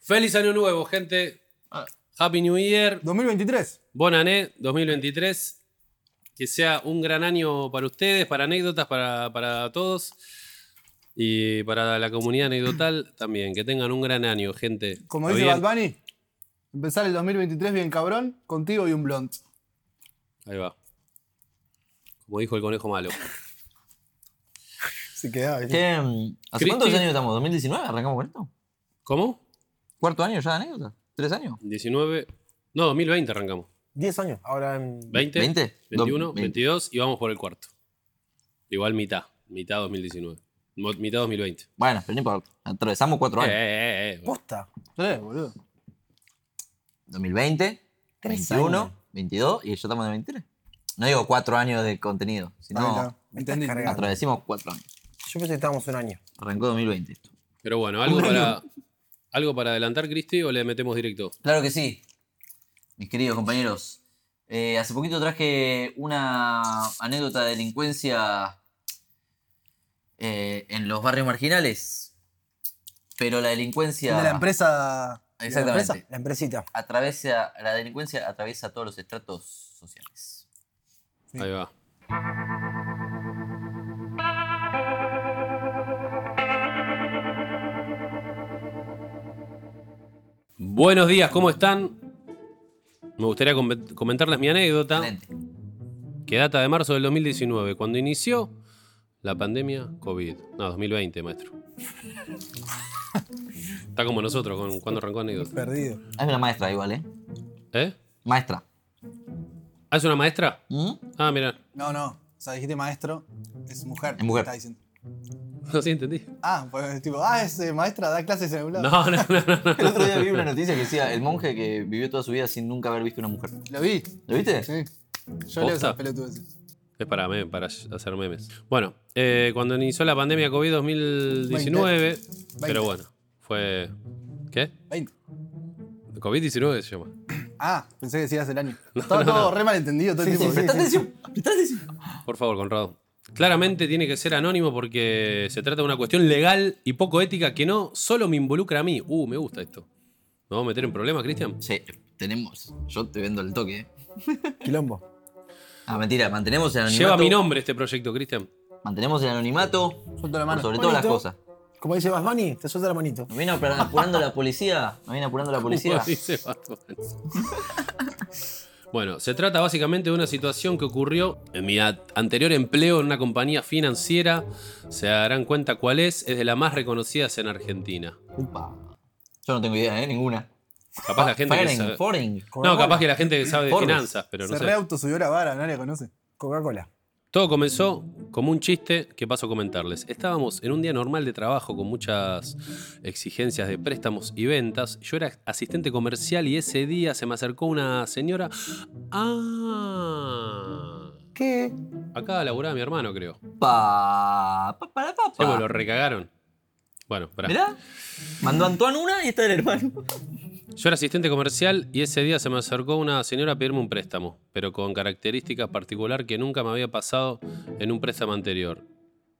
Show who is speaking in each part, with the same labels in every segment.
Speaker 1: Feliz año nuevo, gente.
Speaker 2: Ah.
Speaker 1: Happy New Year.
Speaker 2: 2023.
Speaker 1: Bon année 2023. Que sea un gran año para ustedes, para anécdotas, para, para todos. Y para la comunidad anecdotal también. Que tengan un gran año, gente.
Speaker 2: Como
Speaker 1: ¿Está
Speaker 2: dice
Speaker 1: bien?
Speaker 2: Bad Bunny, empezar el 2023 bien cabrón, contigo y un blunt.
Speaker 1: Ahí va. Como dijo el conejo malo.
Speaker 2: Se quedaba. ¿sí?
Speaker 3: Che, ¿Hace
Speaker 1: Cristi-
Speaker 3: cuántos años estamos? ¿2019? ¿Arrancamos con esto?
Speaker 1: ¿Cómo?
Speaker 3: ¿Cuarto año ya de anécdota? ¿Tres años?
Speaker 1: 19. No, 2020 arrancamos.
Speaker 4: 10 años. Ahora en.
Speaker 1: 20,
Speaker 3: ¿Veinte?
Speaker 1: 21,
Speaker 3: Dos- veinte.
Speaker 1: 22 y vamos por el cuarto. Igual mitad. Mitad 2019. Mo- Mitad 2020.
Speaker 3: Bueno, pero no importa. Atravesamos cuatro
Speaker 1: Eh,
Speaker 3: años.
Speaker 1: eh, eh, eh.
Speaker 4: Posta.
Speaker 2: Tres, boludo.
Speaker 3: 2020,
Speaker 4: Tres
Speaker 3: 21,
Speaker 4: años.
Speaker 3: 22 y ya estamos en 23. No digo cuatro años de contenido,
Speaker 2: Ahí
Speaker 3: sino
Speaker 2: está.
Speaker 4: me estás cargando.
Speaker 3: atravesamos cuatro años.
Speaker 4: Yo pensé que estábamos un año.
Speaker 3: Arrancó 2020 esto.
Speaker 1: Pero bueno, algo para, algo para adelantar, Cristi, o le metemos directo.
Speaker 3: Claro que sí, mis queridos compañeros. Eh, hace poquito traje una anécdota de delincuencia eh, en los barrios marginales, pero la delincuencia...
Speaker 2: De la empresa.
Speaker 3: Exactamente.
Speaker 4: La empresita.
Speaker 3: Atravesa, la delincuencia atraviesa todos los estratos sociales.
Speaker 1: Ahí va. Buenos días, ¿cómo están? Me gustaría com- comentarles mi anécdota.
Speaker 3: Excelente.
Speaker 1: que data de marzo del 2019, cuando inició la pandemia COVID. No, 2020, maestro. Está como nosotros con cuando arrancó anécdota.
Speaker 4: Perdido.
Speaker 3: Hay una maestra igual, ¿eh?
Speaker 1: ¿Eh?
Speaker 3: Maestra.
Speaker 1: ¿Ah, es una maestra?
Speaker 3: ¿Mm?
Speaker 1: Ah, mira.
Speaker 2: No, no. O sea, dijiste maestro, es mujer.
Speaker 3: Es mujer.
Speaker 2: Está diciendo.
Speaker 1: No, sí, entendí.
Speaker 2: Ah, pues tipo, ah, es eh, maestra, da clases en el blog.
Speaker 1: No, no, no, no. no.
Speaker 3: El otro día vi una noticia que decía el monje que vivió toda su vida sin nunca haber visto una mujer.
Speaker 2: ¿Lo vi?
Speaker 3: ¿Lo viste?
Speaker 2: Sí. Yo leo
Speaker 1: Posta.
Speaker 2: esas pelotudeces.
Speaker 1: Es para, meme- para hacer memes. Bueno, eh, cuando inició la pandemia COVID 2019, pero bueno, fue... ¿Qué?
Speaker 2: 20.
Speaker 1: COVID-19 se llama.
Speaker 2: Ah, pensé que decías el año. Estaba todo re malentendido todo el tiempo.
Speaker 3: Prestá atención, prestá atención.
Speaker 1: Por favor, Conrado. Claramente tiene que ser anónimo porque se trata de una cuestión legal y poco ética que no solo me involucra a mí. Uh, me gusta esto. ¿Nos vamos a meter en problemas, Cristian?
Speaker 3: Sí, tenemos. Yo te vendo el toque, ¿eh?
Speaker 4: Quilombo.
Speaker 3: Ah, mentira, mantenemos el anonimato.
Speaker 1: Lleva mi nombre este proyecto, Cristian.
Speaker 3: Mantenemos el anonimato.
Speaker 2: Suelto la
Speaker 3: por
Speaker 2: mano.
Speaker 3: sobre todas las
Speaker 4: Bonito.
Speaker 3: cosas.
Speaker 4: Como dice Bad Bunny, te suelta la manito.
Speaker 3: Nos viene apura- apurando la policía. Nos viene apurando la policía.
Speaker 1: Así se va todo eso. Bueno, se trata básicamente de una situación que ocurrió en mi a- anterior empleo en una compañía financiera. Se darán cuenta cuál es. Es de las más reconocidas en Argentina.
Speaker 3: Upa. Yo no tengo idea, ¿eh? Ninguna.
Speaker 1: Capaz
Speaker 3: Ah,
Speaker 1: la gente que
Speaker 3: Foreign,
Speaker 1: sabe...
Speaker 3: foreign.
Speaker 1: No, capaz que la gente que sabe de
Speaker 3: Forbes.
Speaker 1: finanzas, pero no
Speaker 2: Se
Speaker 1: sé.
Speaker 2: re auto subió la vara, nadie la conoce.
Speaker 4: Coca-Cola.
Speaker 1: Todo comenzó como un chiste que paso a comentarles. Estábamos en un día normal de trabajo con muchas exigencias de préstamos y ventas. Yo era asistente comercial y ese día se me acercó una señora. Ah,
Speaker 4: ¿Qué?
Speaker 1: acá laburaba mi hermano, creo.
Speaker 3: Pa, pa, para, pa,
Speaker 1: Sí,
Speaker 3: pa.
Speaker 1: pues, lo recagaron. Bueno, pará.
Speaker 3: Mirá, mandó a Antoine una y está el hermano.
Speaker 1: Yo era asistente comercial y ese día se me acercó una señora a pedirme un préstamo, pero con características particular que nunca me había pasado en un préstamo anterior.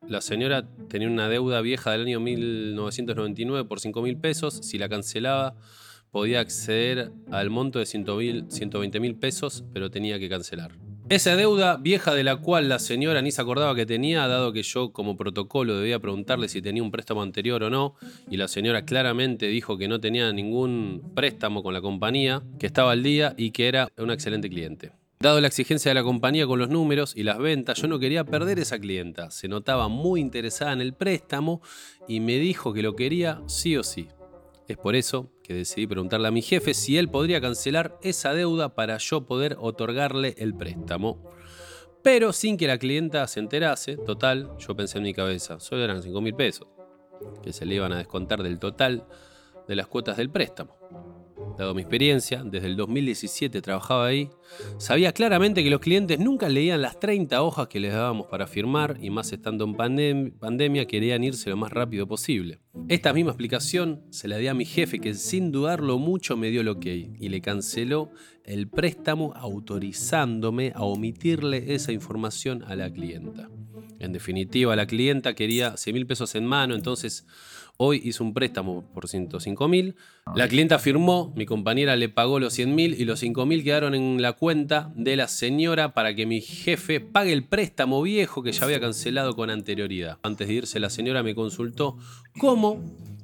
Speaker 1: La señora tenía una deuda vieja del año 1999 por 5 mil pesos. Si la cancelaba, podía acceder al monto de 120 mil pesos, pero tenía que cancelar. Esa deuda vieja de la cual la señora ni se acordaba que tenía, dado que yo como protocolo debía preguntarle si tenía un préstamo anterior o no, y la señora claramente dijo que no tenía ningún préstamo con la compañía, que estaba al día y que era una excelente cliente. Dado la exigencia de la compañía con los números y las ventas, yo no quería perder esa clienta. Se notaba muy interesada en el préstamo y me dijo que lo quería sí o sí. Es por eso que decidí preguntarle a mi jefe si él podría cancelar esa deuda para yo poder otorgarle el préstamo. Pero sin que la clienta se enterase, total, yo pensé en mi cabeza, solo eran 5 mil pesos, que se le iban a descontar del total de las cuotas del préstamo. Dado mi experiencia, desde el 2017 trabajaba ahí, sabía claramente que los clientes nunca leían las 30 hojas que les dábamos para firmar y más estando en pandem- pandemia querían irse lo más rápido posible. Esta misma explicación se la di a mi jefe que sin dudarlo mucho me dio el ok y le canceló el préstamo autorizándome a omitirle esa información a la clienta. En definitiva, la clienta quería 100 mil pesos en mano, entonces hoy hizo un préstamo por 105 mil. La clienta firmó, mi compañera le pagó los 100 mil y los 5 mil quedaron en la cuenta de la señora para que mi jefe pague el préstamo viejo que ya había cancelado con anterioridad. Antes de irse, la señora me consultó cómo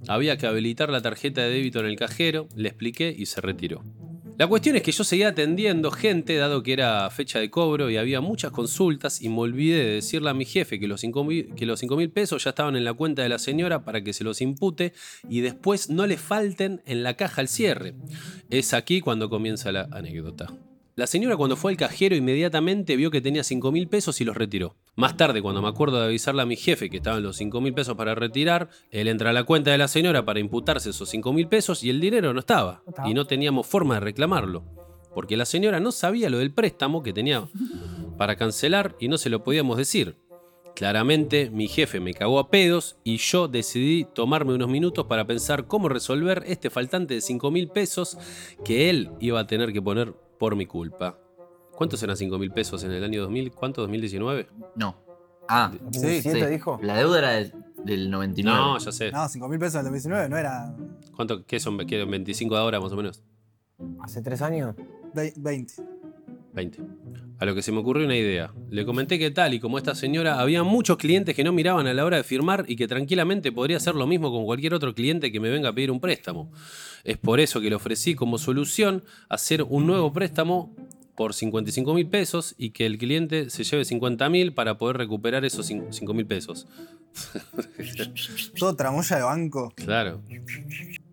Speaker 1: había que habilitar la tarjeta de débito en el cajero, le expliqué y se retiró. La cuestión es que yo seguía atendiendo gente, dado que era fecha de cobro y había muchas consultas, y me olvidé de decirle a mi jefe que los 5 mil pesos ya estaban en la cuenta de la señora para que se los impute y después no le falten en la caja al cierre. Es aquí cuando comienza la anécdota. La señora cuando fue al cajero inmediatamente vio que tenía 5 mil pesos y los retiró. Más tarde, cuando me acuerdo de avisarle a mi jefe que estaban los 5 mil pesos para retirar, él entra a la cuenta de la señora para imputarse esos 5 mil pesos y el dinero no estaba. Y no teníamos forma de reclamarlo. Porque la señora no sabía lo del préstamo que tenía para cancelar y no se lo podíamos decir. Claramente, mi jefe me cagó a pedos y yo decidí tomarme unos minutos para pensar cómo resolver este faltante de 5 mil pesos que él iba a tener que poner por mi culpa. ¿Cuántos eran 5 mil pesos en el año 2000? ¿Cuánto? ¿2019?
Speaker 3: No. Ah,
Speaker 4: Sí, siete dijo.
Speaker 3: La deuda era del, del 99.
Speaker 1: No, ya sé.
Speaker 5: No, 5 mil pesos en el 2019 no era
Speaker 1: ¿Cuánto? ¿Qué son? ¿Qué eran? 25 de ahora más o menos?
Speaker 4: Hace tres años.
Speaker 5: ve- 20.
Speaker 1: 20. A lo que se me ocurrió una idea. Le comenté que tal y como esta señora, había muchos clientes que no miraban a la hora de firmar y que tranquilamente podría hacer lo mismo con cualquier otro cliente que me venga a pedir un préstamo. Es por eso que le ofrecí como solución hacer un nuevo préstamo por 55 mil pesos y que el cliente se lleve 50 mil para poder recuperar esos 5 mil pesos.
Speaker 5: Todo tramoya de banco.
Speaker 1: Claro.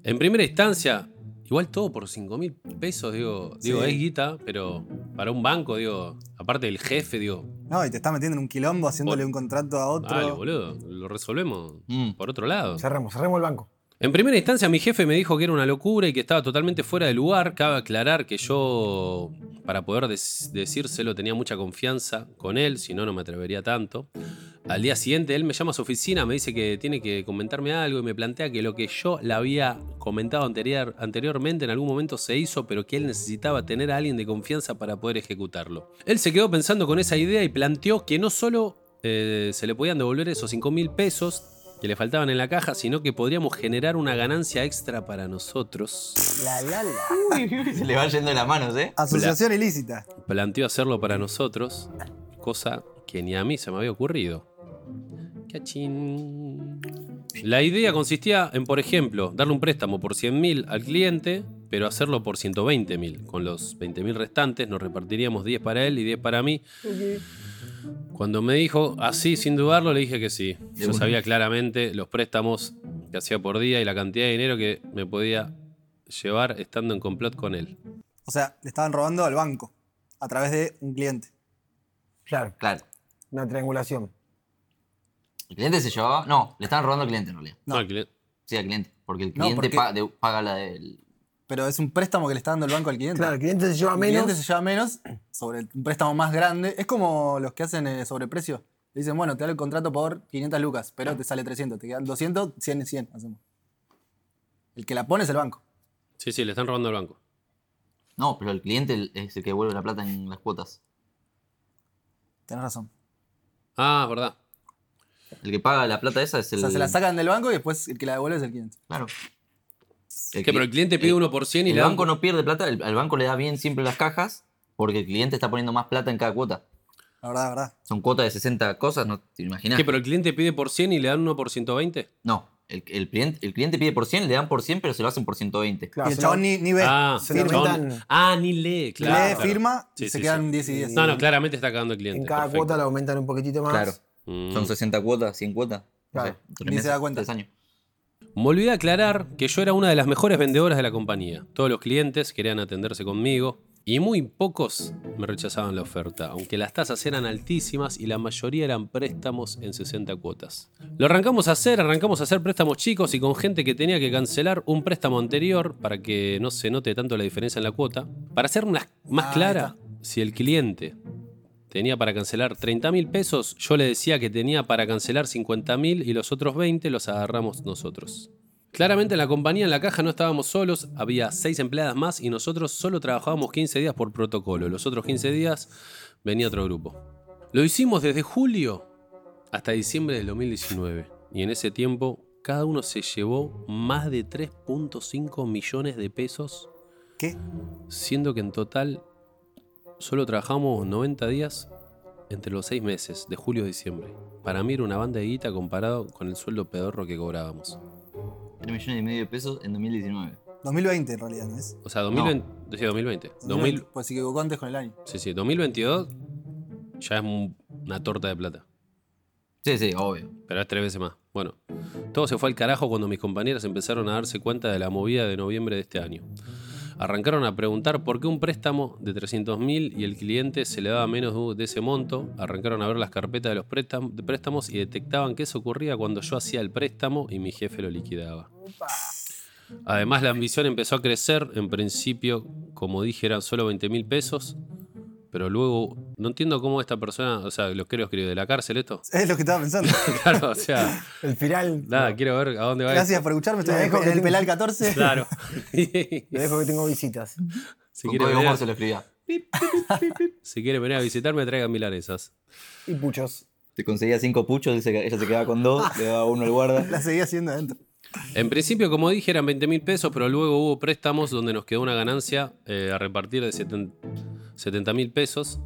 Speaker 1: En primera instancia, igual todo por 5 mil pesos, digo, digo,
Speaker 5: Sí.
Speaker 1: es guita, pero para un banco, digo, aparte del jefe, digo,
Speaker 5: No, y te está metiendo en un quilombo haciéndole
Speaker 1: Por-
Speaker 5: un contrato a otro.
Speaker 1: Dale, boludo, lo resolvemos
Speaker 3: Mm.
Speaker 1: por otro lado.
Speaker 4: Cerramos, cerremos el banco.
Speaker 1: En primera instancia, mi jefe me dijo que era una locura y que estaba totalmente fuera de lugar. Cabe aclarar que yo, para poder des- decírselo, tenía mucha confianza con él, si no, no me atrevería tanto. Al día siguiente, él me llama a su oficina, me dice que tiene que comentarme algo y me plantea que lo que yo le había comentado anterior- anteriormente en algún momento se hizo, pero que él necesitaba tener a alguien de confianza para poder ejecutarlo. Él se quedó pensando con esa idea y planteó que no solo eh, se le podían devolver esos 5 mil pesos que le faltaban en la caja, sino que podríamos generar una ganancia extra para nosotros.
Speaker 4: La, la, la.
Speaker 3: Se le van yendo las manos, ¿eh?
Speaker 5: Asociación ilícita.
Speaker 1: Planteó hacerlo para nosotros, cosa que ni a mí se me había ocurrido. Cachín. La idea consistía en, por ejemplo, darle un préstamo por 100.000 al cliente, pero hacerlo por 120.000. Con los 20.000 restantes nos repartiríamos 10 para él y 10 para mí. Cuando me dijo así, sin dudarlo, le dije que sí. Yo sabía claramente los préstamos que hacía por día y la cantidad de dinero que me podía llevar estando en complot con él.
Speaker 5: O sea, le estaban robando al banco a través de un cliente.
Speaker 4: Claro,
Speaker 3: Claro.
Speaker 4: una triangulación.
Speaker 3: El cliente se llevaba. No, le estaban robando al cliente en realidad.
Speaker 5: No.
Speaker 1: No, el cliente-
Speaker 3: Sí, al cliente. Porque el
Speaker 5: No,
Speaker 3: cliente
Speaker 5: porque-
Speaker 3: pa- de- paga la del.
Speaker 5: Pero es un préstamo que le está dando el banco al cliente.
Speaker 4: Claro, el cliente se lleva
Speaker 5: el
Speaker 4: menos.
Speaker 5: cliente se lleva menos sobre un préstamo más grande. Es como los que hacen eh, sobreprecio. Le dicen, bueno, te da el contrato por 500 lucas, pero te sale 300. Te quedan 200, 100 y 100. Hacemos. El que la pone es el banco.
Speaker 1: Sí, sí, le están robando al banco.
Speaker 3: No, pero el cliente es el que devuelve la plata en las cuotas.
Speaker 5: Tenés razón.
Speaker 1: Ah, verdad.
Speaker 3: El que paga la plata esa es el.
Speaker 5: O sea, se la sacan del banco y después el que la devuelve es el cliente.
Speaker 3: Claro.
Speaker 1: que, pero el cliente pide 1% y
Speaker 3: El
Speaker 1: le dan-
Speaker 3: banco no pierde plata, el, al banco le da bien siempre las cajas porque el cliente está poniendo más plata en cada cuota.
Speaker 5: La verdad, la verdad.
Speaker 3: Son cuotas de 60 cosas, no te imaginas.
Speaker 1: ¿Qué, pero el cliente pide por 100 y le dan uno por 120?
Speaker 3: No, el, el cliente, el cliente pide por 100, le dan por 100, pero se lo hacen por 120.
Speaker 4: Claro,
Speaker 5: y el
Speaker 4: se
Speaker 5: chabón
Speaker 4: lo-
Speaker 5: ni, ni ve.
Speaker 1: ah,
Speaker 4: se lo
Speaker 1: chabón.
Speaker 4: aumentan.
Speaker 1: Ah, ni lee,
Speaker 5: Le
Speaker 1: claro.
Speaker 5: firma y
Speaker 1: Sí,
Speaker 5: se
Speaker 1: sí,
Speaker 5: quedan
Speaker 1: sí.
Speaker 5: 10 y 10.
Speaker 1: No, no, claramente está cagando el cliente.
Speaker 4: En cada
Speaker 1: perfecto.
Speaker 4: cuota lo aumentan un poquitito más.
Speaker 3: Claro.
Speaker 1: Mm.
Speaker 3: Son 60 cuotas, 100 cuotas. no
Speaker 4: Claro,
Speaker 3: sé,
Speaker 5: ni
Speaker 3: tres
Speaker 5: se
Speaker 3: meses,
Speaker 5: da cuenta.
Speaker 3: tres años.
Speaker 1: Me olvidé aclarar que yo era una de las mejores vendedoras de la compañía. Todos los clientes querían atenderse conmigo. Y muy pocos me rechazaban la oferta, aunque las tasas eran altísimas y la mayoría eran préstamos en 60 cuotas. Lo arrancamos a hacer, arrancamos a hacer préstamos chicos y con gente que tenía que cancelar un préstamo anterior para que no se note tanto la diferencia en la cuota. Para ser más, más
Speaker 5: Ah, ahí
Speaker 1: clara, si el cliente tenía para cancelar 30 mil pesos, yo le decía que tenía para cancelar 50 mil y los otros 20 los agarramos nosotros. Claramente en la compañía, en la caja, no estábamos solos, había seis empleadas más y nosotros solo trabajábamos 15 días por protocolo. Los otros 15 días venía otro grupo. Lo hicimos desde julio hasta diciembre del 2019 y en ese tiempo cada uno se llevó más de 3.5 millones de pesos,
Speaker 5: ¿Qué?
Speaker 1: siendo que en total solo trabajamos 90 días entre los seis meses, de julio a diciembre. Para mí era una banda de guita comparado con el sueldo pedorro que cobrábamos.
Speaker 3: 3 millones y medio de pesos en 2019.
Speaker 5: 2020 en realidad, ¿no es?
Speaker 1: O sea, 2020. sí, 2020. 2000,
Speaker 5: Pues se equivocó antes con el año.
Speaker 1: sí, sí, 2022 ya es un- una torta de plata.
Speaker 3: Sí, sí, obvio.
Speaker 1: Pero es tres veces más. Bueno, todo se fue al carajo cuando mis compañeras empezaron a darse cuenta de la movida de noviembre de este año. Arrancaron a preguntar por qué un préstamo de 300 mil y el cliente se le daba menos de ese monto. Arrancaron a ver las carpetas de los préstam- de préstamos y detectaban que eso ocurría cuando yo hacía el préstamo y mi jefe lo liquidaba. Además, la ambición empezó a crecer. En principio, como dije, eran solo 20 mil pesos. Pero luego, no entiendo cómo esta persona, o sea, los quiero escribir de la cárcel esto.
Speaker 5: Es lo que estaba pensando.
Speaker 1: Claro, o sea.
Speaker 4: El final.
Speaker 1: Nada, quiero ver a dónde va.
Speaker 5: Gracias por escucharme. Te
Speaker 4: Te dejo
Speaker 5: dejo en
Speaker 4: que
Speaker 5: el
Speaker 4: te-
Speaker 5: Pelal 14.
Speaker 1: Claro. si,
Speaker 4: Lo dejo que tengo visitas.
Speaker 3: Con
Speaker 1: quiere
Speaker 3: código
Speaker 1: venir a-
Speaker 3: Morse lo escribía.
Speaker 1: si quiere venir a visitarme, traigan milanesas.
Speaker 4: Y puchos.
Speaker 3: Te conseguía 5 puchos, dice que ella se quedaba con 2, le daba uno al guarda.
Speaker 5: La seguía haciendo adentro.
Speaker 1: En principio, como dije, eran 20 mil pesos, pero luego hubo préstamos donde nos quedó una ganancia eh, a repartir de 70 mil pesos.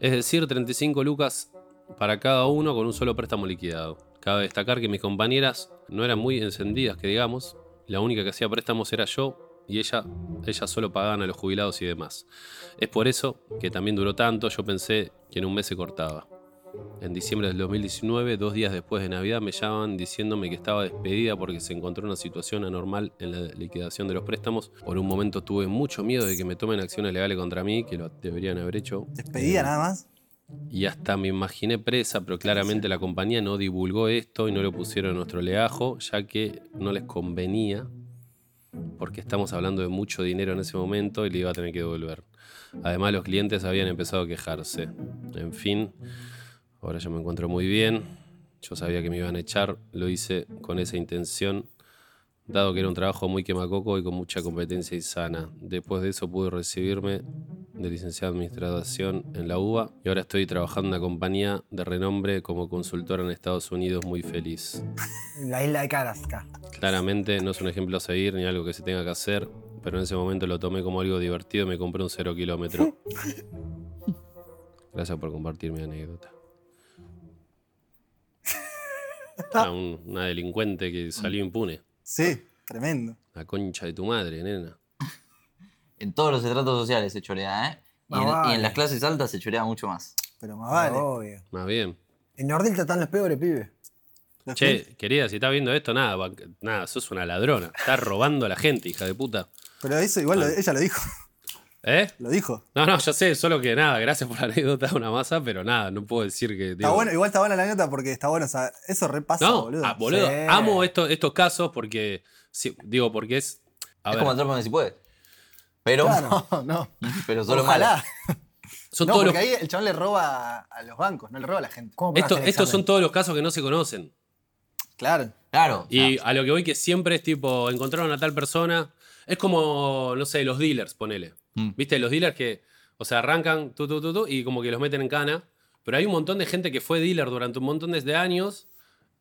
Speaker 1: Es decir, 35 lucas para cada uno con un solo préstamo liquidado. Cabe destacar que mis compañeras no eran muy encendidas, que digamos. La única que hacía préstamos era yo y ella, ellas solo pagaban a los jubilados y demás. Es por eso que también duró tanto, yo pensé que en un mes se cortaba. En diciembre del 2019, dos días después de Navidad, me llaman diciéndome que estaba despedida porque se encontró una situación anormal en la liquidación de los préstamos. Por un momento tuve mucho miedo de que me tomen acciones legales contra mí, que lo deberían haber hecho.
Speaker 5: Despedida nada más.
Speaker 1: Y hasta me imaginé presa, pero claramente la compañía no divulgó esto y no lo pusieron en nuestro leajo, ya que no les convenía, porque estamos hablando de mucho dinero en ese momento y le iba a tener que devolver. Además, los clientes habían empezado a quejarse. En fin, ahora yo me encuentro muy bien. Yo sabía que me iban a echar, lo hice con esa intención, dado que era un trabajo muy quemacoco y con mucha competencia y sana. Después de eso pude recibirme de licenciado en administración en la UBA y ahora estoy trabajando en una compañía de renombre como consultora en Estados Unidos muy feliz.
Speaker 4: En la isla de caras acá.
Speaker 1: Claramente no es un ejemplo a seguir ni algo que se tenga que hacer, pero en ese momento lo tomé como algo divertido y me compré un cero kilómetro. Gracias por compartir mi anécdota. Era Ah, un- una delincuente que salió impune.
Speaker 5: Sí, tremendo.
Speaker 1: La concha de tu madre, nena.
Speaker 3: En todos los estratos sociales se chorea, ¿eh? Y, en,
Speaker 4: Ah,
Speaker 3: y en
Speaker 4: vale.
Speaker 3: las clases altas se chorea mucho más.
Speaker 5: Pero más vale.
Speaker 4: Obvio.
Speaker 1: Más bien.
Speaker 4: En Nordelta están los peores, pibe.
Speaker 5: Los clientes-
Speaker 1: Che, querida, si estás viendo esto, nada, banca- nada, sos una ladrona. Estás robando a la gente, hija de puta.
Speaker 5: Pero eso igual lo- ella lo dijo.
Speaker 1: ¿Eh?
Speaker 5: Lo dijo.
Speaker 1: No, no, ya sé, solo que nada, gracias por la anécdota, una masa, pero nada, no puedo decir que.
Speaker 5: Está bueno, igual está buena la nota porque está bueno. O sea, eso repasa,
Speaker 1: no,
Speaker 5: boludo.
Speaker 1: ah, boludo,
Speaker 4: Sí.
Speaker 1: amo esto- estos casos porque. sí, digo, porque es. A
Speaker 3: es
Speaker 1: ver,
Speaker 3: como atrapame si puedes. Pero,
Speaker 5: No, no.
Speaker 3: pero solo
Speaker 5: Ojalá.
Speaker 3: mal.
Speaker 1: son
Speaker 5: no,
Speaker 1: todos
Speaker 5: porque
Speaker 1: los,
Speaker 5: ahí el chabón le roba a- a los bancos, no le roba a la gente.
Speaker 4: ¿Cómo para
Speaker 1: esto-
Speaker 4: hacer
Speaker 1: estos son
Speaker 4: examen?
Speaker 1: todos los casos que no se conocen.
Speaker 5: Claro.
Speaker 3: Claro.
Speaker 1: Y a lo que voy que siempre es tipo, encontraron a tal persona. Es como, no sé, los dealers, ponele.
Speaker 3: Mm.
Speaker 1: ¿Viste? Los dealers que, o sea, arrancan tu, tu, tu, tu, y como que los meten en cana. Pero hay un montón de gente que fue dealer durante un montón de años,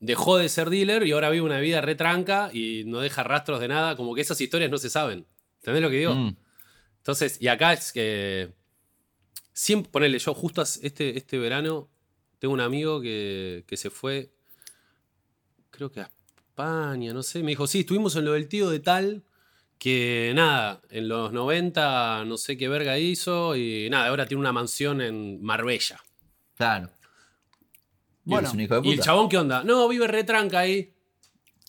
Speaker 1: dejó de ser dealer y ahora vive una vida retranca y no deja rastros de nada. Como que esas historias no se saben. ¿Entendés lo que digo?
Speaker 3: Mm.
Speaker 1: Entonces, y acá es que. Siempre, ponele, yo justo as- este, este verano tengo un amigo que, que se fue, creo que a España, no sé. Me dijo, sí, estuvimos en lo del tío de tal, que nada, en los 90 no sé qué verga hizo y nada, ahora tiene una mansión en Marbella.
Speaker 3: Claro. Y
Speaker 5: Bueno,
Speaker 3: es un hijo de
Speaker 1: Y el
Speaker 3: puta.
Speaker 1: chabón, ¿qué onda? No, vive retranca ahí.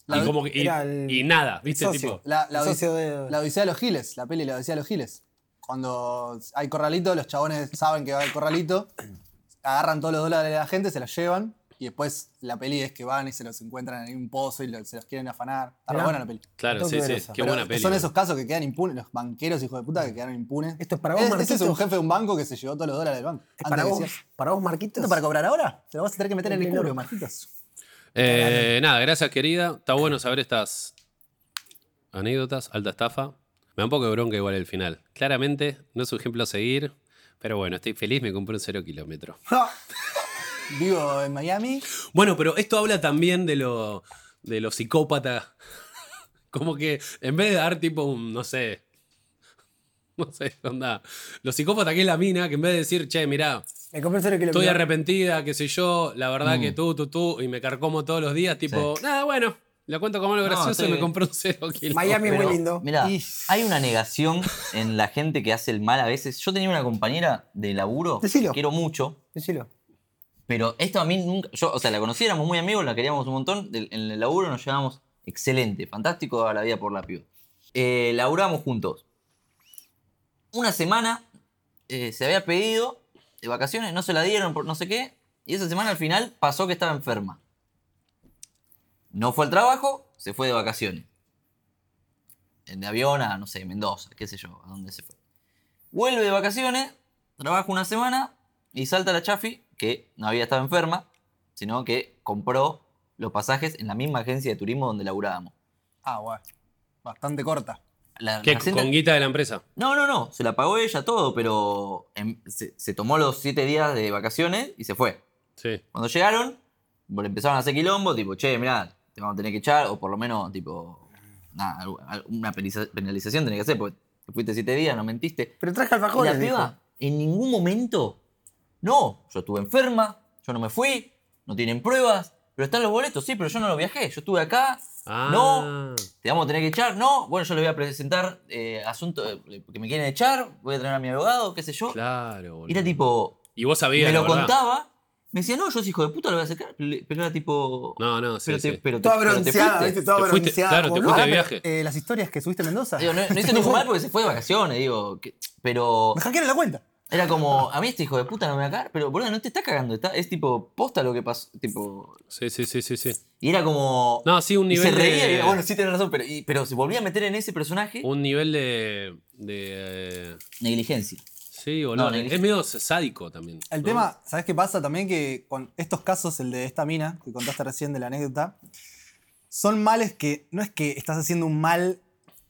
Speaker 1: Y,
Speaker 5: La-
Speaker 1: como que- y,
Speaker 4: era el-
Speaker 1: y nada,
Speaker 4: El
Speaker 1: ¿viste?
Speaker 4: socio.
Speaker 1: Tipo,
Speaker 5: La, la,
Speaker 4: El
Speaker 5: odise-
Speaker 4: socio de-
Speaker 5: la Odisea de los Giles, la peli La Odisea de los Giles. Cuando hay corralito, los chabones saben que va el corralito, agarran todos los dólares de la gente, se los llevan y después la peli es que van y se los encuentran en un pozo y lo- se los quieren afanar. Está re
Speaker 4: Mirá.
Speaker 5: buena la peli.
Speaker 1: Claro,
Speaker 4: Tengo
Speaker 1: sí,
Speaker 4: que ver
Speaker 1: sí.
Speaker 4: esa.
Speaker 1: Qué
Speaker 5: Pero
Speaker 1: buena peli.
Speaker 5: Son esos casos que quedan impunes, los banqueros, hijos de puta, que quedaron impunes.
Speaker 4: Esto es para vos,
Speaker 5: Es- Ese es un
Speaker 4: Marquitos.
Speaker 5: jefe de un banco que se llevó todos los dólares del banco.
Speaker 4: Es
Speaker 5: Antes
Speaker 4: para
Speaker 5: que
Speaker 4: vos,
Speaker 5: decías,
Speaker 4: para vos, Marquitos.
Speaker 5: ¿Esto para cobrar ahora? Te lo vas a tener que meter en el
Speaker 4: Menor.
Speaker 5: culo, Marquitos.
Speaker 1: Eh, nada, gracias querida. Está bueno saber estas anécdotas, alta estafa. Me da un poco de bronca igual el final. Claramente, no es un ejemplo a seguir, pero bueno, estoy feliz, me compré un cero kilómetro.
Speaker 5: Vivo en Miami.
Speaker 1: Bueno, pero esto habla también de lo, de lo psicópata. Como que en vez de dar tipo un, no sé, no sé, onda. Lo psicópata que es la mina, que en vez de decir, che, mirá,
Speaker 4: Me compré cero kilómetros.
Speaker 1: estoy arrepentida, qué sé yo, la verdad
Speaker 3: Mm.
Speaker 1: que tú, tú, tú, y me carcomo todos los días, tipo, nada, bueno, lo cuento como algo
Speaker 3: No,
Speaker 1: gracioso y
Speaker 3: sí.
Speaker 1: me compré un cero kilómetro.
Speaker 4: Miami es
Speaker 3: Pero,
Speaker 4: muy lindo.
Speaker 3: Mirá,
Speaker 5: Y-
Speaker 3: hay una negación en la gente que hace el mal a veces. Yo tenía una compañera de laburo
Speaker 4: Decilo.
Speaker 3: que quiero mucho,
Speaker 4: Decilo.
Speaker 3: pero esto a mí nunca. Yo, o sea, la conocí, éramos muy amigos, la queríamos un montón. del- En el laburo nos llevábamos excelente, fantástico a la vida por la piba. Eh, laburamos juntos. Una semana eh, se había pedido de vacaciones, no se la dieron por no sé qué. Y esa semana al final pasó que estaba enferma. No fue al trabajo, se fue de vacaciones. En- De avión a, no sé, Mendoza, qué sé yo, a dónde se fue. Vuelve de vacaciones, trabaja una semana y salta la Chafi, que no había estado enferma, sino que compró los pasajes en la misma agencia de turismo donde laburábamos.
Speaker 5: Ah, bueno. Bastante corta.
Speaker 3: La-
Speaker 1: ¿Qué,
Speaker 3: la gente-
Speaker 1: con guita de la empresa?
Speaker 3: No, no, no, se la pagó ella todo, pero em, se, se tomó los siete días de vacaciones y se fue.
Speaker 1: Sí.
Speaker 3: Cuando llegaron, bueno, empezaron a hacer quilombo, tipo, che, mirá, te vamos a tener que echar, o por lo menos, tipo, nada, algo- al- una penaliza- penalización tenés que hacer, porque te fuiste siete días, no mentiste.
Speaker 4: Pero
Speaker 3: Y
Speaker 4: traje alfajores.
Speaker 3: la
Speaker 4: dijo.
Speaker 3: piba, en ningún momento, no, yo estuve enferma, yo no me fui, no tienen pruebas, pero están los boletos, sí, pero yo no lo viajé, yo estuve acá,
Speaker 1: Ah.
Speaker 3: no, te vamos a tener que echar, no, bueno, yo le voy a presentar eh, asunto eh, que me quieren echar, voy a traer a mi abogado, qué sé yo.
Speaker 1: Claro,
Speaker 3: Y
Speaker 1: boludo.
Speaker 3: era Este tipo,
Speaker 1: Y vos sabías.
Speaker 3: me
Speaker 1: la
Speaker 3: lo
Speaker 1: verdad.
Speaker 3: contaba, me decía, no, yo soy hijo de puta, lo voy a sacar, pero pero era tipo...
Speaker 1: No, no, sí,
Speaker 3: pero te,
Speaker 1: sí.
Speaker 3: pero te-
Speaker 4: Toda
Speaker 3: pero te
Speaker 4: bronceada,
Speaker 3: fuiste.
Speaker 4: ¿viste? Toda
Speaker 1: Te fuiste-
Speaker 4: bronceada.
Speaker 1: claro, te
Speaker 4: boludo.
Speaker 1: fuiste
Speaker 5: Ah,
Speaker 1: de
Speaker 5: pero,
Speaker 1: viaje.
Speaker 5: eh, las historias que subiste a Mendoza.
Speaker 3: Digo, no, no hice ningún mal porque se fue de vacaciones, digo, que- pero...
Speaker 5: Me hackearon la cuenta.
Speaker 3: Era como, a mí este hijo de puta no me va a cagar, pero boludo, no te está cagando, está, es tipo posta lo que pasó. Tipo,
Speaker 1: Sí, sí, sí, sí, sí.
Speaker 3: y era como.
Speaker 1: No, sí, un
Speaker 3: y se
Speaker 1: nivel
Speaker 3: reía y
Speaker 1: de-
Speaker 3: era, bueno, sí tenés razón, pero, y- pero se volvía a meter en ese personaje
Speaker 1: Un nivel de. de eh,
Speaker 3: negligencia.
Speaker 1: sí, boludo.
Speaker 3: No, negligencia.
Speaker 1: es medio sádico también.
Speaker 5: El
Speaker 1: ¿no?
Speaker 5: tema, ¿sabes qué pasa? También que con estos casos, el de esta mina, que contaste recién de la anécdota, son males que no es que estás haciendo un mal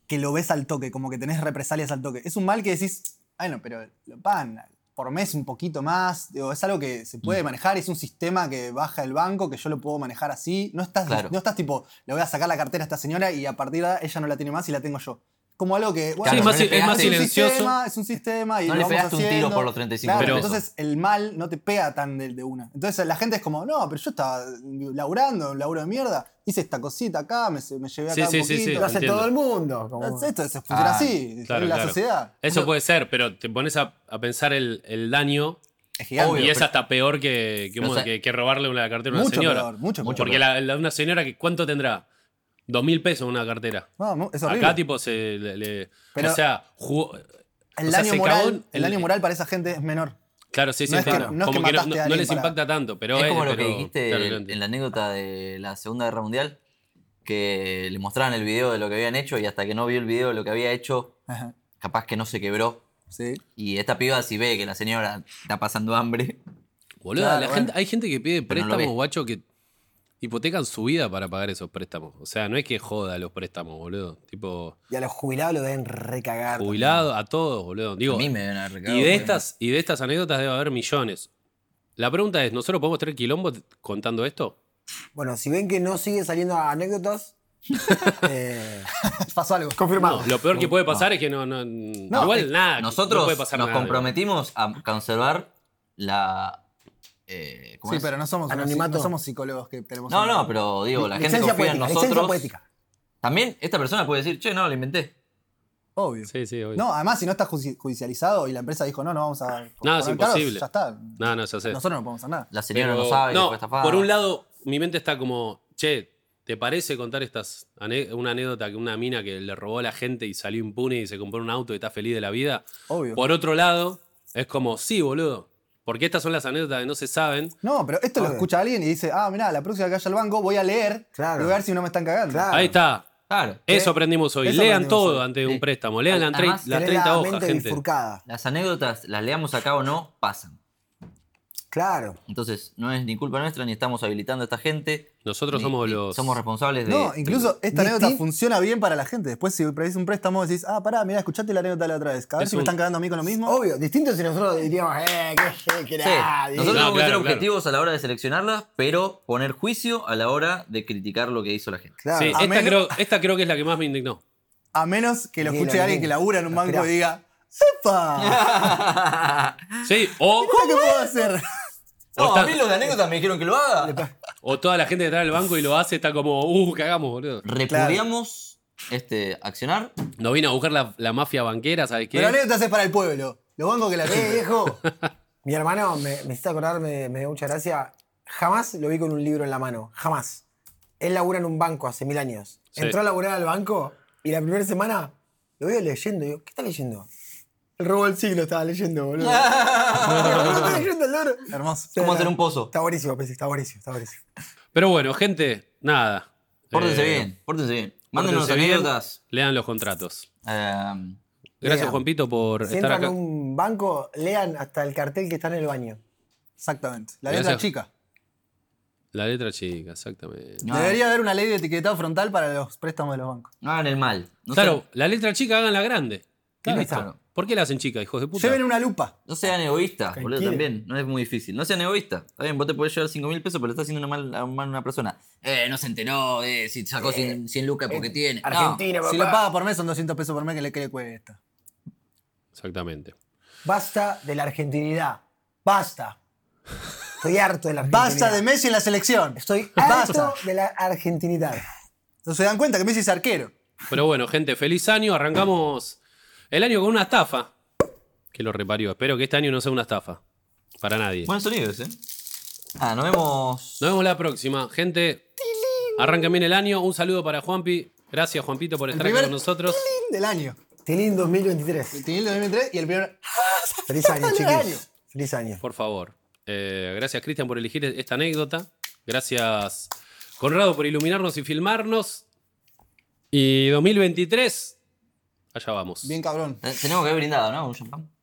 Speaker 5: que lo ves al toque, como que tenés represalias al toque. Es un mal que decís, ay no, pero lo pagan por mes un poquito más. Digo, es algo que se
Speaker 3: Mm.
Speaker 5: puede manejar, es un sistema que baja el banco, que yo lo puedo manejar así. No estás,
Speaker 3: Claro.
Speaker 5: no estás tipo, le voy a sacar la cartera a esta señora y a partir de ahora ella no la tiene más y la tengo yo. Como algo que. bueno,
Speaker 3: Sí, es más-
Speaker 5: le
Speaker 3: es
Speaker 5: pegaste,
Speaker 3: más
Speaker 5: un
Speaker 1: silencioso.
Speaker 5: sistema, es un sistema y
Speaker 3: No
Speaker 5: lo
Speaker 3: le
Speaker 5: vamos
Speaker 3: pegaste un tiro
Speaker 5: haciendo.
Speaker 3: por los 35
Speaker 5: Claro,
Speaker 1: pesos.
Speaker 5: entonces el mal no te pega tan de, de una. Entonces la gente es como, no, pero yo estaba laburando, un laburo de mierda, hice esta cosita acá, me, se- me llevé acá
Speaker 1: Sí,
Speaker 5: un
Speaker 1: sí, sí,
Speaker 5: poquito.
Speaker 1: sí.
Speaker 4: Lo hace
Speaker 1: Entiendo.
Speaker 4: todo el mundo. como-
Speaker 5: Esto se funciona
Speaker 3: Ah,
Speaker 5: así,
Speaker 1: claro,
Speaker 5: en la
Speaker 1: claro.
Speaker 5: sociedad.
Speaker 1: Eso puede ser, pero te pones a, a pensar el, el daño
Speaker 5: Es gigante.
Speaker 3: Obvio,
Speaker 1: y es
Speaker 3: pero-
Speaker 1: hasta peor que, que,
Speaker 3: Pero,
Speaker 1: un-
Speaker 3: o sea,
Speaker 1: que- que robarle una cartera a una
Speaker 5: mucho
Speaker 1: señora.
Speaker 5: peor, mucho peor.
Speaker 1: Porque la, la de una señora, que ¿cuánto tendrá? Dos mil pesos una cartera.
Speaker 5: No, mu- es horrible.
Speaker 1: Acá, tipo, se le. le-
Speaker 5: Pero-
Speaker 1: o sea, jugó- o
Speaker 5: el,
Speaker 1: sea,
Speaker 5: daño
Speaker 1: se
Speaker 5: moral,
Speaker 1: cagó
Speaker 5: el,
Speaker 1: en-
Speaker 5: daño moral para esa gente es menor.
Speaker 1: Claro, sí, sí,
Speaker 5: No es que-
Speaker 1: entiendo.
Speaker 5: no es que
Speaker 1: como que, no,
Speaker 5: mataste a
Speaker 1: no
Speaker 5: alguien
Speaker 1: les
Speaker 5: para-
Speaker 1: impacta tanto, pero eh,
Speaker 3: es como lo
Speaker 1: pero-
Speaker 3: que dijiste
Speaker 1: claro,
Speaker 3: en-
Speaker 1: entiendo.
Speaker 3: en la anécdota de la Segunda Guerra Mundial, que le mostraban el video de lo que habían hecho y hasta que no vio el video de lo que había hecho,
Speaker 5: Ajá,
Speaker 3: capaz que no se quebró.
Speaker 5: Sí.
Speaker 3: Y esta piba, si ve que la señora está pasando hambre,
Speaker 1: Boludo,
Speaker 5: Claro,
Speaker 1: la
Speaker 5: bueno.
Speaker 1: gente, hay gente que pide
Speaker 3: Pero no lo
Speaker 1: préstamos,
Speaker 3: ve.
Speaker 1: guacho, que hipotecan su vida para pagar esos préstamos. O sea, no es que joda los préstamos, boludo. Tipo,
Speaker 4: Y a los jubilados lo deben recagar.
Speaker 1: jubilado, a todos, boludo. Digo,
Speaker 3: a mí me da una
Speaker 1: y de estas, y de estas anécdotas debe haber millones. La pregunta es, ¿nosotros podemos tener quilombo t- contando esto?
Speaker 4: Bueno, si ven que no sigue saliendo anécdotas, eh,
Speaker 5: Pasó algo.
Speaker 4: confirmado.
Speaker 1: No, lo peor que puede pasar es que no, no, igual
Speaker 5: eh,
Speaker 1: nada.
Speaker 3: Nosotros
Speaker 1: Ah, no puede pasar
Speaker 3: nos
Speaker 1: nada.
Speaker 3: comprometimos a conservar la. eh, ¿cómo
Speaker 5: Sí,
Speaker 3: es?
Speaker 5: pero no somos, unos-
Speaker 4: Anonimato.
Speaker 5: no somos psicólogos que tenemos.
Speaker 3: No,
Speaker 5: un-
Speaker 3: no, pero digo, la gente
Speaker 4: Licencia
Speaker 3: confía
Speaker 4: poética,
Speaker 3: en
Speaker 4: licencia
Speaker 3: nosotros.
Speaker 4: poética.
Speaker 3: También esta persona puede decir, che, no, lo inventé.
Speaker 5: Obvio.
Speaker 1: Sí, sí, obvio.
Speaker 5: No, además, si no está judici- judicializado y la empresa dijo, no, no vamos
Speaker 1: No,
Speaker 5: a.
Speaker 1: es
Speaker 5: cobrar caros",
Speaker 1: imposible.
Speaker 5: Ya está.
Speaker 1: No, no, ya sé.
Speaker 5: Nosotros no podemos hacer nada.
Speaker 3: La señora
Speaker 1: Pero-
Speaker 3: no sabe, que
Speaker 1: no,
Speaker 3: fue estafada.
Speaker 1: por un lado, mi mente está como, che, ¿Te parece contar estas ane- una anécdota que una mina que le robó a la gente y salió impune y se compró un auto y está feliz de la vida?
Speaker 5: Obvio.
Speaker 1: Por otro lado, es como, sí, boludo. Porque estas son las anécdotas que no se saben.
Speaker 5: No, pero esto lo
Speaker 4: Obvio.
Speaker 5: escucha alguien y dice, ah, mirá, la próxima que vaya al banco voy a leer
Speaker 4: Claro.
Speaker 5: y voy a ver si no me están cagando.
Speaker 4: Claro.
Speaker 1: Ahí está.
Speaker 3: Claro.
Speaker 1: Eso aprendimos hoy.
Speaker 5: Eso
Speaker 1: Lean
Speaker 5: aprendimos
Speaker 1: todo
Speaker 5: hoy.
Speaker 1: antes de
Speaker 3: Sí.
Speaker 1: un préstamo. Lean las,
Speaker 3: Además,
Speaker 1: trein- las
Speaker 4: Tenés
Speaker 1: 30
Speaker 4: la
Speaker 1: hojas,
Speaker 4: mente
Speaker 1: gente.
Speaker 4: bifurcada.
Speaker 3: Las anécdotas, las leamos acá o no, pasan.
Speaker 4: Claro.
Speaker 3: Entonces, no es ni culpa nuestra ni estamos habilitando a esta gente.
Speaker 1: Nosotros
Speaker 3: Ni-
Speaker 1: somos
Speaker 3: ni
Speaker 1: los.
Speaker 3: Somos responsables de. este
Speaker 5: No, incluso esta
Speaker 4: Distin-
Speaker 5: anécdota funciona bien para la gente. Después, si pedís un préstamo, decís, ah, pará, mirá, escuchate la anécdota de la otra vez. A ver
Speaker 1: Es
Speaker 5: si
Speaker 1: un-
Speaker 5: me están cagando a mí con lo mismo.
Speaker 4: Obvio, distinto si nosotros diríamos, eh, qué, qué,
Speaker 3: Sí,
Speaker 1: No,
Speaker 3: Nosotros
Speaker 4: grave.
Speaker 3: tenemos que ser
Speaker 1: claro, claro.
Speaker 3: objetivos a la hora de seleccionarlas, pero poner juicio a la hora de criticar lo que hizo la gente.
Speaker 4: Claro.
Speaker 1: Sí,
Speaker 5: A
Speaker 1: esta,
Speaker 5: menos-
Speaker 1: creo, esta creo que es la que más me indignó.
Speaker 5: A menos que lo
Speaker 4: Ni
Speaker 5: escuche
Speaker 4: la
Speaker 5: alguien
Speaker 4: ni-
Speaker 5: que labura en un
Speaker 4: la
Speaker 5: banco
Speaker 4: esperá.
Speaker 5: y diga, ¡epa!
Speaker 1: Sí, o,
Speaker 5: ¿Cómo qué puedo hacer?
Speaker 1: o está-
Speaker 3: los de anécdotas me dijeron que lo haga.
Speaker 1: o toda la gente que trae al banco y lo hace está como, uh, cagamos, boludo.
Speaker 3: Repudiamos este accionar.
Speaker 1: Nos vino a buscar la, la mafia banquera, ¿sabes qué?
Speaker 5: Pero la anécdota es para el pueblo. Los bancos que la
Speaker 4: Eh,
Speaker 5: chupen.
Speaker 4: viejo. Mi hermano, me, me hiciste acordar, me, me dio mucha gracia. Jamás lo vi con un libro en la mano. Jamás. Él labura en un banco hace mil años.
Speaker 1: Sí.
Speaker 4: Entró a laburar al banco y la primera semana lo veo leyendo. Y digo, ¿qué está leyendo? El robo del siglo estaba leyendo, boludo. ¿Cómo está leyendo el loro?
Speaker 5: Hermoso.
Speaker 3: ¿Cómo hacer un pozo?
Speaker 4: Está buenísimo, Pesi, está buenísimo, está buenísimo.
Speaker 1: Pero bueno, gente, nada.
Speaker 3: Pórtense
Speaker 1: Eh,
Speaker 3: bien, pórtense bien. Mándenos
Speaker 1: pórtense bien,
Speaker 3: anécdotas.
Speaker 1: Lean los contratos.
Speaker 3: eh,
Speaker 1: Gracias,
Speaker 4: Lean.
Speaker 1: Juanpito, por
Speaker 4: Si
Speaker 1: estar
Speaker 4: entran
Speaker 1: acá.
Speaker 4: a un banco, lean hasta el cartel que está en el baño.
Speaker 5: Exactamente. La
Speaker 1: Gracias.
Speaker 5: letra chica.
Speaker 1: La letra chica, exactamente.
Speaker 3: no,
Speaker 5: Debería haber una ley de etiquetado frontal para los préstamos de los bancos.
Speaker 3: no hagan el mal. No
Speaker 1: claro, la letra chica hagan la grande. Y
Speaker 3: Claro,
Speaker 1: listo.
Speaker 3: claro.
Speaker 1: ¿Por qué la hacen chica, hijos de puta?
Speaker 5: Lleven una lupa.
Speaker 3: sean, no sean egoístas, boludo,
Speaker 4: Tranquilo.
Speaker 3: también. No es muy difícil. No sean egoístas. Está bien, vos te podés llevar 5 mil pesos, pero le estás haciendo una mal a mal a una persona. Eh, no se enteró, eh, si sacó 100, 100 lucas porque tiene. No.
Speaker 4: Argentina, papá.
Speaker 5: Si lo paga por mes son 200 pesos por mes que le, que le cuesta.
Speaker 1: Exactamente.
Speaker 4: Basta de la argentinidad. Basta. Estoy harto de la argentinidad.
Speaker 5: Basta de Messi en la selección.
Speaker 4: Estoy harto
Speaker 5: Basta.
Speaker 4: de la argentinidad.
Speaker 5: No se dan cuenta que Messi es arquero.
Speaker 1: Pero bueno, gente, feliz año. Arrancamos el año con una estafa. Que lo reparió. Espero que este año no sea una estafa. Para nadie.
Speaker 3: Buenos sonidos, eh. Ah, nos vemos.
Speaker 1: Nos vemos la próxima. Gente, arranquen bien el año. Un saludo para Juanpi. Gracias, Juanpito, por estar acá
Speaker 5: primer-
Speaker 1: con nosotros.
Speaker 5: Del año.
Speaker 4: Tilín 2023.
Speaker 5: Tiene el 2003 y el primer.
Speaker 4: Feliz año,
Speaker 5: Dale, año.
Speaker 4: chicos. Feliz año.
Speaker 1: Por favor. Eh, gracias, Cristian, por elegir esta anécdota. Gracias, Conrado, por iluminarnos y filmarnos. Y 2023, allá vamos.
Speaker 5: Bien cabrón.
Speaker 3: Tenemos que Eh, haber brindado, ¿no? Un champán.